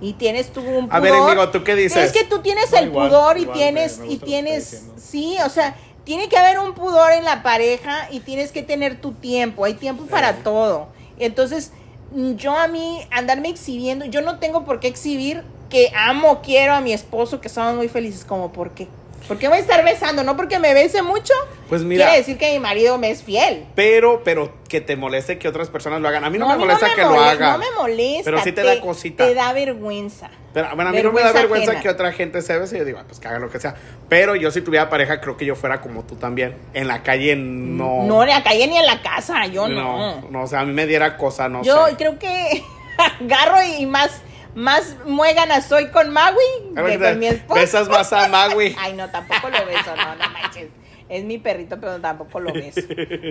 [SPEAKER 1] Y tienes tú un
[SPEAKER 2] A ver,
[SPEAKER 1] pudor.
[SPEAKER 2] amigo, ¿tú qué dices?
[SPEAKER 1] Es que tú tienes
[SPEAKER 3] No,
[SPEAKER 1] el
[SPEAKER 3] igual,
[SPEAKER 1] pudor y
[SPEAKER 3] igual,
[SPEAKER 1] tienes,
[SPEAKER 3] me-
[SPEAKER 1] y
[SPEAKER 3] me gusta lo que está
[SPEAKER 1] tienes,
[SPEAKER 3] diciendo.
[SPEAKER 1] sí, o sea, tiene que haber un pudor en la pareja y tienes que tener tu tiempo, hay tiempo para todo. Entonces, mm, yo a mí, andarme exhibiendo, yo no tengo por qué exhibir que amo, quiero a mi esposo, que somos muy felices, como por qué. ¿Por qué voy a estar besando? No porque me bese mucho,
[SPEAKER 2] Pues mira,
[SPEAKER 1] quiere decir que mi marido me es fiel.
[SPEAKER 2] pero, pero que te moleste que otras personas lo hagan. A mí no,
[SPEAKER 1] a
[SPEAKER 2] me
[SPEAKER 1] mí
[SPEAKER 2] molesta que lo
[SPEAKER 1] mole-
[SPEAKER 2] hagan.
[SPEAKER 1] No me molesta.
[SPEAKER 2] Pero sí te da cosita.
[SPEAKER 1] Te da vergüenza.
[SPEAKER 2] Pero, bueno, a mí no me da
[SPEAKER 1] Vergüenza
[SPEAKER 2] vergüenza
[SPEAKER 1] ajena.
[SPEAKER 2] que otra gente se bese. Yo digo, "Ah, pues que haga lo que sea. Pero yo, si tuviera pareja, creo que yo fuera como tú también. En la calle, no.
[SPEAKER 1] Mm, No en la calle ni en la casa, yo no.
[SPEAKER 2] No, no, o sea, a mí me diera cosa, no
[SPEAKER 1] yo
[SPEAKER 2] sé.
[SPEAKER 1] creo que agarro y más, más muégana soy con Maui
[SPEAKER 2] A ver,
[SPEAKER 1] que con mi esposo.
[SPEAKER 2] Besas más a Magui.
[SPEAKER 1] Ay, no, tampoco lo beso, no, no manches. Es mi perrito, pero tampoco lo beso.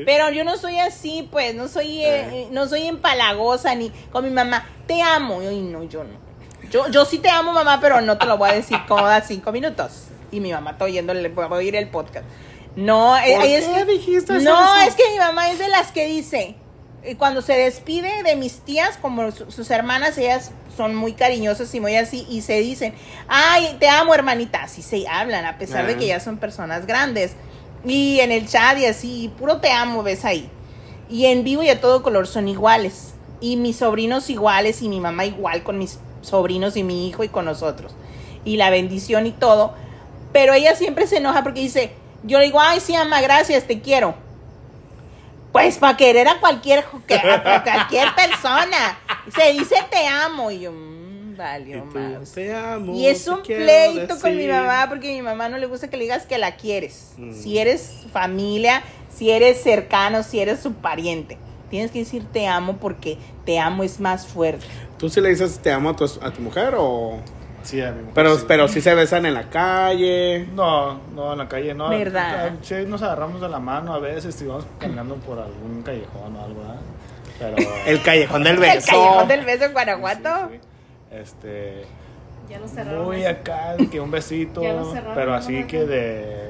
[SPEAKER 1] Pero yo no soy así, pues, no soy, eh, no soy empalagosa ni con mi mamá. Te amo. Y no, yo no. Yo, yo sí te amo, mamá, pero no te lo voy a decir cada cinco minutos. Y mi mamá está oyendo, le voy a oír el podcast. No, eh,
[SPEAKER 2] ¿Por
[SPEAKER 1] es
[SPEAKER 2] qué
[SPEAKER 1] que-
[SPEAKER 2] dijiste
[SPEAKER 1] No,
[SPEAKER 2] eso?
[SPEAKER 1] es que mi mamá es de las que dice, eh, cuando se despide de mis tías, como su- sus hermanas, ellas son muy cariñosas y muy así, y se dicen, ay, te amo, hermanita. Así se hablan, a pesar de
[SPEAKER 2] Ah.
[SPEAKER 1] que ya son personas grandes. Y en el chat y así, y puro te amo, ves ahí. Y en vivo y a todo color son iguales. Y mis sobrinos iguales y mi mamá igual con mis sobrinos y mi hijo y con nosotros. Y la bendición y todo. Pero ella siempre se enoja porque dice, yo le digo, ay, sí, ama, gracias, te quiero. Pues para querer a cualquier, jo- que- a cualquier persona. Se dice te amo. Y yo, "Mm,
[SPEAKER 2] Y
[SPEAKER 1] valió
[SPEAKER 2] tú,
[SPEAKER 1] más.
[SPEAKER 2] "Te amo,
[SPEAKER 1] Y es
[SPEAKER 2] te
[SPEAKER 1] un
[SPEAKER 2] quiero
[SPEAKER 1] pleito con mi
[SPEAKER 2] decir".
[SPEAKER 1] mamá porque a mi mamá no le gusta que le digas que la quieres.
[SPEAKER 2] Mm.
[SPEAKER 1] Si eres familia, si eres cercano, si eres su pariente. Tienes que decir te amo porque te amo es más fuerte.
[SPEAKER 2] ¿Tú sí le dices te amo a tu, a tu mujer o...?
[SPEAKER 3] Sí, a mi mujer
[SPEAKER 2] Pero,
[SPEAKER 3] sí.
[SPEAKER 2] pero sí se besan en la calle.
[SPEAKER 3] No, no, en la calle no.
[SPEAKER 1] ¿Verdad?
[SPEAKER 3] Ah, Sí, nos agarramos de la mano a veces y vamos caminando por algún callejón o algo, ¿verdad? Pero...
[SPEAKER 2] El callejón del
[SPEAKER 1] El
[SPEAKER 2] beso.
[SPEAKER 1] callejón del beso en
[SPEAKER 3] Sí, sí,
[SPEAKER 1] Guanajuato.
[SPEAKER 3] sí. Este...
[SPEAKER 4] Ya lo cerraron.
[SPEAKER 3] Muy
[SPEAKER 4] eso.
[SPEAKER 3] acá, de que un besito,
[SPEAKER 4] Ya lo cerraron,
[SPEAKER 3] pero
[SPEAKER 4] no
[SPEAKER 3] así
[SPEAKER 4] lo
[SPEAKER 3] que
[SPEAKER 4] dejan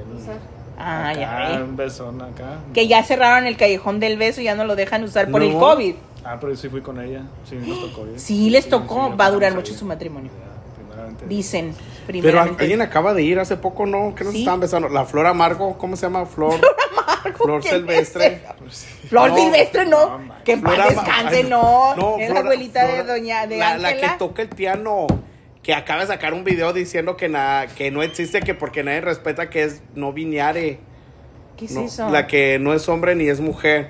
[SPEAKER 3] de...
[SPEAKER 4] usar.
[SPEAKER 1] Ah,
[SPEAKER 3] acá,
[SPEAKER 1] ya ve.
[SPEAKER 3] Un besón acá.
[SPEAKER 1] Que ya cerraron el callejón del beso, ya no lo dejan usar por el
[SPEAKER 2] No.
[SPEAKER 1] COVID.
[SPEAKER 3] Ah, pero sí fui con ella. Sí, nos tocó. bien.
[SPEAKER 1] Sí, les tocó.
[SPEAKER 3] ya
[SPEAKER 1] Va a durar
[SPEAKER 3] pasamos
[SPEAKER 1] mucho
[SPEAKER 3] ahí.
[SPEAKER 1] su matrimonio.
[SPEAKER 3] Ya, primeramente.
[SPEAKER 1] Dicen,
[SPEAKER 2] Pero
[SPEAKER 1] primeramente.
[SPEAKER 2] alguien acaba de ir hace poco, ¿no? ¿Qué nos
[SPEAKER 1] Sí.
[SPEAKER 2] estaban besando? La Flor Amargo, ¿cómo se llama? Flor. Flor
[SPEAKER 1] ¿qué
[SPEAKER 2] Silvestre.
[SPEAKER 1] Flor
[SPEAKER 2] No,
[SPEAKER 1] Silvestre, no.
[SPEAKER 3] no, man.
[SPEAKER 1] que en paz
[SPEAKER 2] Ama-
[SPEAKER 1] descanse,
[SPEAKER 2] Ay,
[SPEAKER 1] no. es la
[SPEAKER 2] Flor-
[SPEAKER 1] abuelita de
[SPEAKER 2] Flor-
[SPEAKER 1] doña de
[SPEAKER 2] la, la que
[SPEAKER 1] Ángela.
[SPEAKER 2] toca el piano. Que acaba de sacar un video diciendo que nada, que no existe, que porque nadie respeta que es no binaria.
[SPEAKER 1] ¿Qué es
[SPEAKER 2] No,
[SPEAKER 1] eso?
[SPEAKER 2] La que no es hombre ni es mujer.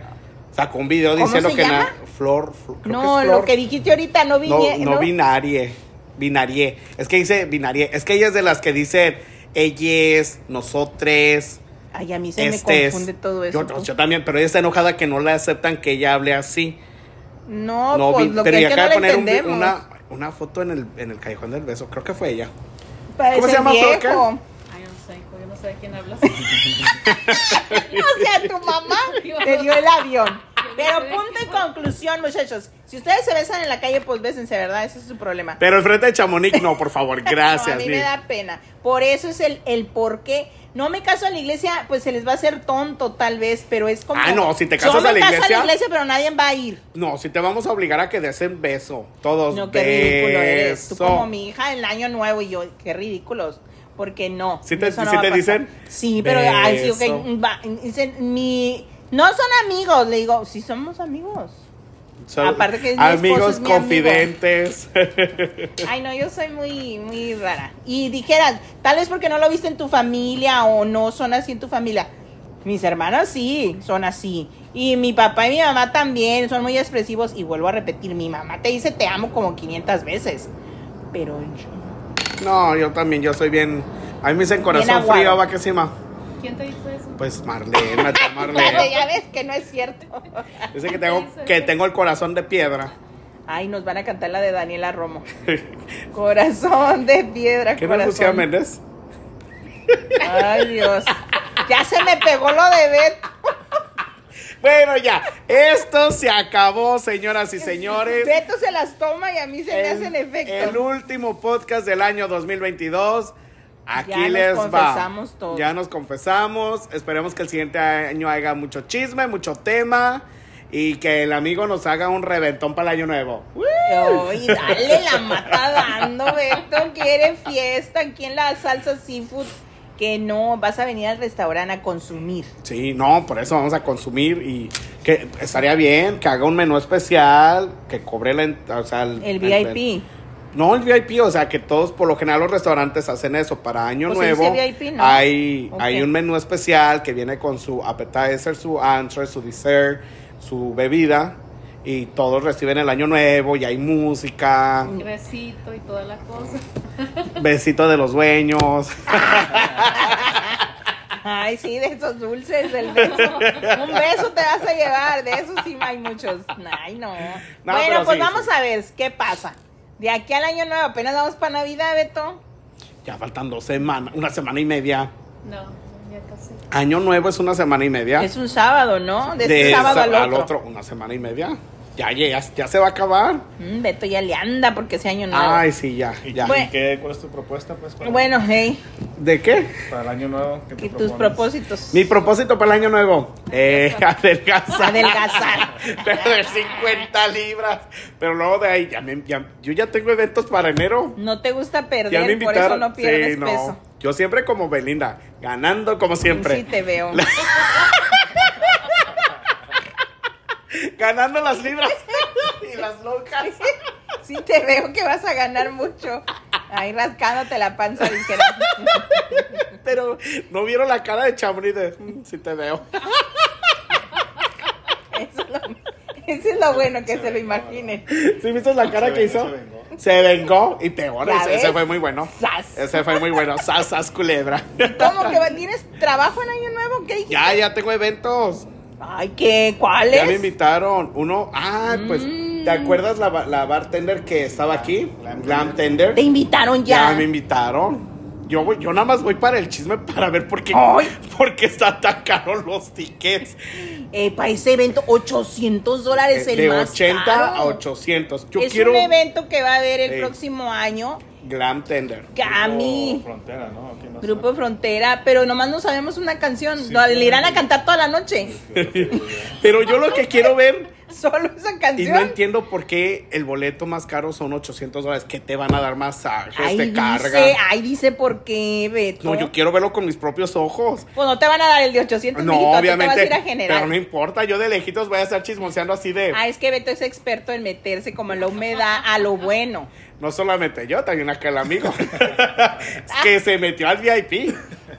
[SPEAKER 2] Sacó un video
[SPEAKER 1] ¿Cómo
[SPEAKER 2] diciendo
[SPEAKER 1] se
[SPEAKER 2] que
[SPEAKER 1] llama?
[SPEAKER 2] na- Flor, Flor- creo
[SPEAKER 1] no,
[SPEAKER 2] que es
[SPEAKER 1] lo
[SPEAKER 2] Flor.
[SPEAKER 1] que dijiste ahorita no vi
[SPEAKER 2] No,
[SPEAKER 1] bien,
[SPEAKER 2] no binarie. Binarie. Es que dice binarie. Es que ella es de las que dicen ellas, nosotres.
[SPEAKER 1] Ay, a mí se me
[SPEAKER 2] este es.
[SPEAKER 1] confunde todo eso.
[SPEAKER 2] Yo,
[SPEAKER 1] tú.
[SPEAKER 2] yo también, pero ella está enojada que no le aceptan que ella hable así.
[SPEAKER 1] no,
[SPEAKER 2] no,
[SPEAKER 1] pues
[SPEAKER 2] vi-
[SPEAKER 1] lo
[SPEAKER 2] pero
[SPEAKER 1] que
[SPEAKER 2] ella
[SPEAKER 1] es que no
[SPEAKER 2] acaba
[SPEAKER 1] la
[SPEAKER 2] de poner un vi-
[SPEAKER 1] entendemos.
[SPEAKER 2] una, una foto en el, en el Callejón del Beso. Creo que fue ella.
[SPEAKER 1] Parece
[SPEAKER 2] se llama Flor,
[SPEAKER 1] viejo.
[SPEAKER 4] Ay, no sé, yo no sé de quién hablas.
[SPEAKER 1] O sea, tu mamá te dio el avión. Pero punto y conclusión, muchachos. Si ustedes se besan en la calle, pues bésense, ¿verdad? Ese es su problema.
[SPEAKER 2] Pero enfrente de Chamonix, no, por favor,
[SPEAKER 1] No,
[SPEAKER 2] gracias.
[SPEAKER 1] a mí
[SPEAKER 2] ni-
[SPEAKER 1] me da pena. Por eso es el, el por qué. No me caso a la iglesia, pues se les va a hacer tonto tal vez, pero es como...
[SPEAKER 2] Ah, no, si te casas
[SPEAKER 1] Yo
[SPEAKER 2] a
[SPEAKER 1] me
[SPEAKER 2] la
[SPEAKER 1] caso a
[SPEAKER 2] iglesia-
[SPEAKER 1] la iglesia, pero nadie va a ir.
[SPEAKER 2] No, si te vamos a obligar a que des un beso. Todos
[SPEAKER 1] No, qué ridículo eres. Tú
[SPEAKER 2] beso.
[SPEAKER 1] como mi hija el año nuevo y yo, qué ridículos. Porque no.
[SPEAKER 2] ¿Sí te-
[SPEAKER 1] eso no
[SPEAKER 2] sí
[SPEAKER 1] va a
[SPEAKER 2] te
[SPEAKER 1] pasar.
[SPEAKER 2] dicen?
[SPEAKER 1] Sí, pero ay, sí, ok,
[SPEAKER 2] Beso.
[SPEAKER 1] va, dicen, mi... No son amigos, le digo, sí somos amigos.
[SPEAKER 2] So-
[SPEAKER 1] aparte que mi esposo
[SPEAKER 2] amigos
[SPEAKER 1] es mi amigo.
[SPEAKER 2] confidentes.
[SPEAKER 1] Ay, no, yo soy muy, muy rara. Y dijeras, tal vez porque no lo viste en tu familia o no son así en tu familia. Mis hermanos sí, son así. Y mi papá y mi mamá también son muy expresivos. Y vuelvo a repetir, mi mamá te dice te amo como 500 veces. Pero yo...
[SPEAKER 2] No, yo también, yo soy bien. A mí me dicen corazón
[SPEAKER 1] aguado.
[SPEAKER 2] frío, vaquesima.
[SPEAKER 4] ¿Quién te dijo eso?
[SPEAKER 2] Pues Marlene, me está
[SPEAKER 1] Vale,
[SPEAKER 2] Marlene.
[SPEAKER 1] ya ves que no es cierto.
[SPEAKER 2] Dice que tengo, que tengo el corazón de piedra.
[SPEAKER 1] Ay, nos van a cantar la de Daniela Romo. Corazón de piedra,
[SPEAKER 2] ¿Qué no es Lucía
[SPEAKER 1] corazón.
[SPEAKER 2] Méndez?
[SPEAKER 1] Ay, Dios. Ya se me pegó lo de ver.
[SPEAKER 2] Bueno, ya. Esto se acabó, señoras y señores.
[SPEAKER 1] Beto se las toma y a mí se me hacen
[SPEAKER 2] el
[SPEAKER 1] efecto.
[SPEAKER 2] último podcast del año 2022. Aquí
[SPEAKER 1] Ya nos
[SPEAKER 2] les
[SPEAKER 1] confesamos
[SPEAKER 2] va.
[SPEAKER 1] todo.
[SPEAKER 2] Ya nos confesamos. Esperemos que el siguiente año haga mucho chisme, mucho tema. Y que el amigo nos haga un reventón para el año nuevo.
[SPEAKER 1] Ay, dale la mata dando, Beto. Quiere fiesta aquí en la salsa seafood. Que no, vas a venir al restaurante a consumir.
[SPEAKER 2] Sí, no, por eso vamos a consumir y que estaría bien que haga un menú especial, que cobre la, en- o sea,
[SPEAKER 1] El VIP.
[SPEAKER 2] No, el VIP, o sea, que todos, por lo general, los restaurantes hacen eso. Para Año
[SPEAKER 1] Pues se
[SPEAKER 2] Nuevo,
[SPEAKER 1] dice VIP, ¿no?
[SPEAKER 2] hay,
[SPEAKER 1] Ok.
[SPEAKER 2] hay un menú especial que viene con su appetizer, su entree, su dessert, su bebida. Y todos reciben el Año Nuevo y hay música,
[SPEAKER 4] Y Besito y toda la cosa.
[SPEAKER 2] besito de los dueños.
[SPEAKER 1] Ay, sí, de esos dulces, del beso. Un beso te vas a llevar, de esos sí hay muchos. Ay, no.
[SPEAKER 2] No,
[SPEAKER 1] bueno,
[SPEAKER 2] pero
[SPEAKER 1] pues
[SPEAKER 2] sí,
[SPEAKER 1] vamos
[SPEAKER 2] sí.
[SPEAKER 1] a ver qué pasa. De aquí al año nuevo, apenas vamos para Navidad, Beto.
[SPEAKER 2] Ya faltan dos semanas, una semana y media.
[SPEAKER 4] No, ya casi.
[SPEAKER 2] Año Nuevo es una semana y media.
[SPEAKER 1] Es un sábado, ¿no? De este
[SPEAKER 2] De
[SPEAKER 1] sábado
[SPEAKER 2] sa-
[SPEAKER 1] al otro.
[SPEAKER 2] una semana y media. Ya, llegas, ya se va a acabar.
[SPEAKER 1] Mm, Beto ya le anda porque ese año nuevo.
[SPEAKER 2] Ay, sí, ya,
[SPEAKER 3] ¿Y,
[SPEAKER 2] ya.
[SPEAKER 3] y qué, cuál es tu propuesta pues, para,
[SPEAKER 1] Bueno, hey,
[SPEAKER 2] ¿De qué?
[SPEAKER 3] para el año nuevo? ¿Qué te
[SPEAKER 1] y tus
[SPEAKER 3] propones?
[SPEAKER 1] propósitos.
[SPEAKER 2] Mi propósito para el año nuevo, eh, adelgazar.
[SPEAKER 1] Adelgazar.
[SPEAKER 2] Perder 50 libras. Pero luego de ahí, ya me- ya- yo ya tengo eventos para enero.
[SPEAKER 1] No te gusta
[SPEAKER 2] Ya me
[SPEAKER 1] perder, por eso
[SPEAKER 2] invitaron.
[SPEAKER 1] no pierdes
[SPEAKER 2] Sí, no.
[SPEAKER 1] peso.
[SPEAKER 2] Yo siempre como Belinda, ganando como siempre.
[SPEAKER 1] Sí te veo.
[SPEAKER 2] Ganando las libras y las locas.
[SPEAKER 1] Sí te veo que vas a ganar mucho. Ahí rascándote la panza, dijera.
[SPEAKER 2] Pero no vieron la cara de Chamri de, "Mm, sí te veo.
[SPEAKER 1] Eso es lo, eso es lo bueno que se lo imaginen.
[SPEAKER 2] ¿Sí viste la cara
[SPEAKER 3] Se
[SPEAKER 2] que
[SPEAKER 3] vengó,
[SPEAKER 2] hizo?
[SPEAKER 3] se vengó.
[SPEAKER 2] Se vengó y peor,
[SPEAKER 1] ¿Ya
[SPEAKER 2] ese,
[SPEAKER 1] ves?
[SPEAKER 2] ese fue muy bueno.
[SPEAKER 1] ¡Sas!
[SPEAKER 2] Ese fue muy bueno. Sas, sas, culebra.
[SPEAKER 1] ¿Cómo que va- tienes trabajo en Año Nuevo? ¿Qué dijiste?
[SPEAKER 2] Ya, ya tengo eventos.
[SPEAKER 1] Ay, ¿qué? ¿Cuál
[SPEAKER 2] Ya me
[SPEAKER 1] es?
[SPEAKER 2] invitaron. Uno, ah, pues,
[SPEAKER 1] Mm.
[SPEAKER 2] ¿te acuerdas la, ba- la bartender que estaba aquí?
[SPEAKER 3] Glam-
[SPEAKER 2] Glam Tender.
[SPEAKER 1] Te invitaron
[SPEAKER 2] Ya
[SPEAKER 1] ya.
[SPEAKER 2] me invitaron. Yo voy, yo nada más voy para el chisme para ver por qué,
[SPEAKER 1] Ay.
[SPEAKER 2] por qué están tan caros los tickets.
[SPEAKER 1] Eh, para ese evento, 800 dólares
[SPEAKER 2] Eh,
[SPEAKER 1] el
[SPEAKER 2] de
[SPEAKER 1] más
[SPEAKER 2] 80
[SPEAKER 1] caro.
[SPEAKER 2] a 800. Yo
[SPEAKER 1] es
[SPEAKER 2] quiero
[SPEAKER 1] un evento que va a haber el
[SPEAKER 2] Sí.
[SPEAKER 1] próximo año.
[SPEAKER 2] Glam Tender.
[SPEAKER 1] Que a
[SPEAKER 3] Grupo
[SPEAKER 1] mí,
[SPEAKER 3] Frontera, ¿no? Aquí no sé.
[SPEAKER 1] Grupo Frontera, pero nomás no sabemos una canción.
[SPEAKER 3] Sí,
[SPEAKER 1] No, le irán a
[SPEAKER 3] claro.
[SPEAKER 1] cantar toda la noche.
[SPEAKER 2] Pero yo lo que quiero ver
[SPEAKER 1] Solo esa
[SPEAKER 2] Y no
[SPEAKER 1] canción.
[SPEAKER 2] entiendo este por qué el boleto más caro son 800 dólares. ¿Qué te van a dar masajes,
[SPEAKER 1] ahí
[SPEAKER 2] te
[SPEAKER 1] dice,
[SPEAKER 2] cargan?
[SPEAKER 1] ahí dice por qué, Beto.
[SPEAKER 2] No, yo quiero verlo con mis propios ojos.
[SPEAKER 1] Pues no te van a dar el de 800
[SPEAKER 2] No,
[SPEAKER 1] mijito, a ti te vas a
[SPEAKER 2] obviamente.
[SPEAKER 1] ir a generar.
[SPEAKER 2] Pero no importa, yo de lejitos voy a estar chismoseando así de.
[SPEAKER 1] Ah, es que Beto es experto en meterse como en la humedad a lo bueno.
[SPEAKER 2] No solamente yo, también acá el amigo. Es que se metió al VIP.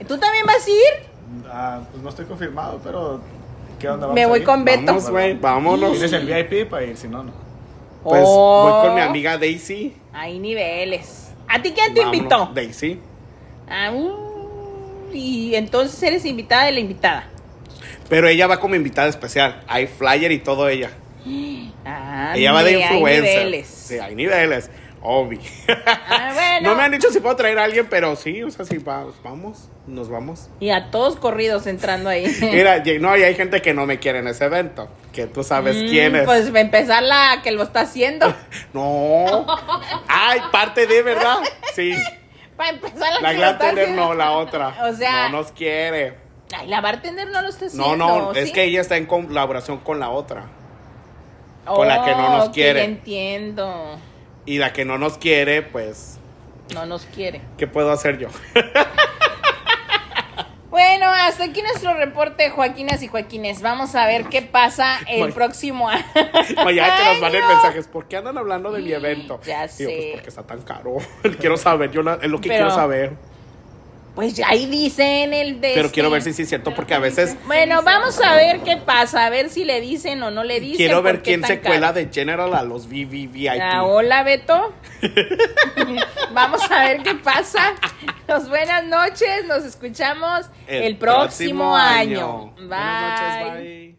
[SPEAKER 1] ¿Tú también vas a ir?
[SPEAKER 3] Ah, pues no estoy confirmado, pero ¿qué onda?
[SPEAKER 1] Me
[SPEAKER 3] ¿Vamos
[SPEAKER 1] voy
[SPEAKER 3] a ir?
[SPEAKER 1] con Beto.
[SPEAKER 2] Vamos, güey, vámonos.
[SPEAKER 3] Tienes el VIP para ir, si no, no.
[SPEAKER 2] Pues
[SPEAKER 1] Oh.
[SPEAKER 2] voy con mi amiga Daisy.
[SPEAKER 1] Hay niveles. ¿A ti quién te
[SPEAKER 2] Vámonos,
[SPEAKER 1] invitó?
[SPEAKER 2] Daisy.
[SPEAKER 1] Ah, uh, y entonces eres invitada de la invitada.
[SPEAKER 2] Pero ella va como invitada especial. Hay flyer y todo ella.
[SPEAKER 1] Ah,
[SPEAKER 2] ella va de
[SPEAKER 1] mire, hay
[SPEAKER 2] influencer.
[SPEAKER 1] niveles.
[SPEAKER 2] Sí, hay niveles. Obvio.
[SPEAKER 1] Ah, bueno.
[SPEAKER 2] No me han dicho si puedo traer a alguien, pero sí, o sea, sí, va- vamos, nos vamos.
[SPEAKER 1] Y a todos corridos entrando ahí.
[SPEAKER 2] Mira, ye- no, y hay gente que no me quiere en ese evento, que tú sabes
[SPEAKER 1] Mm,
[SPEAKER 2] quién es.
[SPEAKER 1] Pues va a empezar la que lo está haciendo.
[SPEAKER 2] No. Ay, parte de, ¿verdad? Sí.
[SPEAKER 1] Para empezar la,
[SPEAKER 2] La
[SPEAKER 1] que lo
[SPEAKER 2] Glam
[SPEAKER 1] está
[SPEAKER 2] Tender
[SPEAKER 1] haciendo.
[SPEAKER 2] no, la otra.
[SPEAKER 1] O sea-
[SPEAKER 2] No nos quiere.
[SPEAKER 1] Ay, la bartender no lo está
[SPEAKER 2] No,
[SPEAKER 1] haciendo.
[SPEAKER 2] no,
[SPEAKER 1] ¿sí?
[SPEAKER 2] es que ella está en colaboración con la otra. con la que no nos
[SPEAKER 1] ok,
[SPEAKER 2] quiere.
[SPEAKER 1] ya entiendo.
[SPEAKER 2] Y la que no nos quiere, pues,
[SPEAKER 1] No nos quiere.
[SPEAKER 2] ¿qué puedo hacer yo?
[SPEAKER 1] Bueno, hasta aquí nuestro reporte, Joaquinas y Joaquines. Vamos a ver qué pasa el
[SPEAKER 2] Bueno.
[SPEAKER 1] próximo año.
[SPEAKER 2] Mañana te nos van
[SPEAKER 1] Ay,
[SPEAKER 2] el
[SPEAKER 1] no.
[SPEAKER 2] mensajes. ¿Por qué andan hablando de mi evento?
[SPEAKER 1] Ya
[SPEAKER 2] Digo, pues
[SPEAKER 1] sé.
[SPEAKER 2] porque está tan caro. quiero saber, yo la- es lo que
[SPEAKER 1] Pero-
[SPEAKER 2] quiero saber.
[SPEAKER 1] Pues ya ahí dicen el de.
[SPEAKER 2] Pero quiero
[SPEAKER 1] este-
[SPEAKER 2] ver si sí es cierto, porque a veces
[SPEAKER 1] Bueno, vamos a ver qué pasa, a ver si le dicen o no le dicen.
[SPEAKER 2] quiero ver
[SPEAKER 1] por qué
[SPEAKER 2] quién
[SPEAKER 1] tan
[SPEAKER 2] se
[SPEAKER 1] caro.
[SPEAKER 2] cuela de General a los VVVIP.
[SPEAKER 1] Ah, hola, Beto. vamos a ver qué pasa. Nos buenas noches, nos escuchamos el, próximo, año. Bye.
[SPEAKER 2] Buenas noches, bye.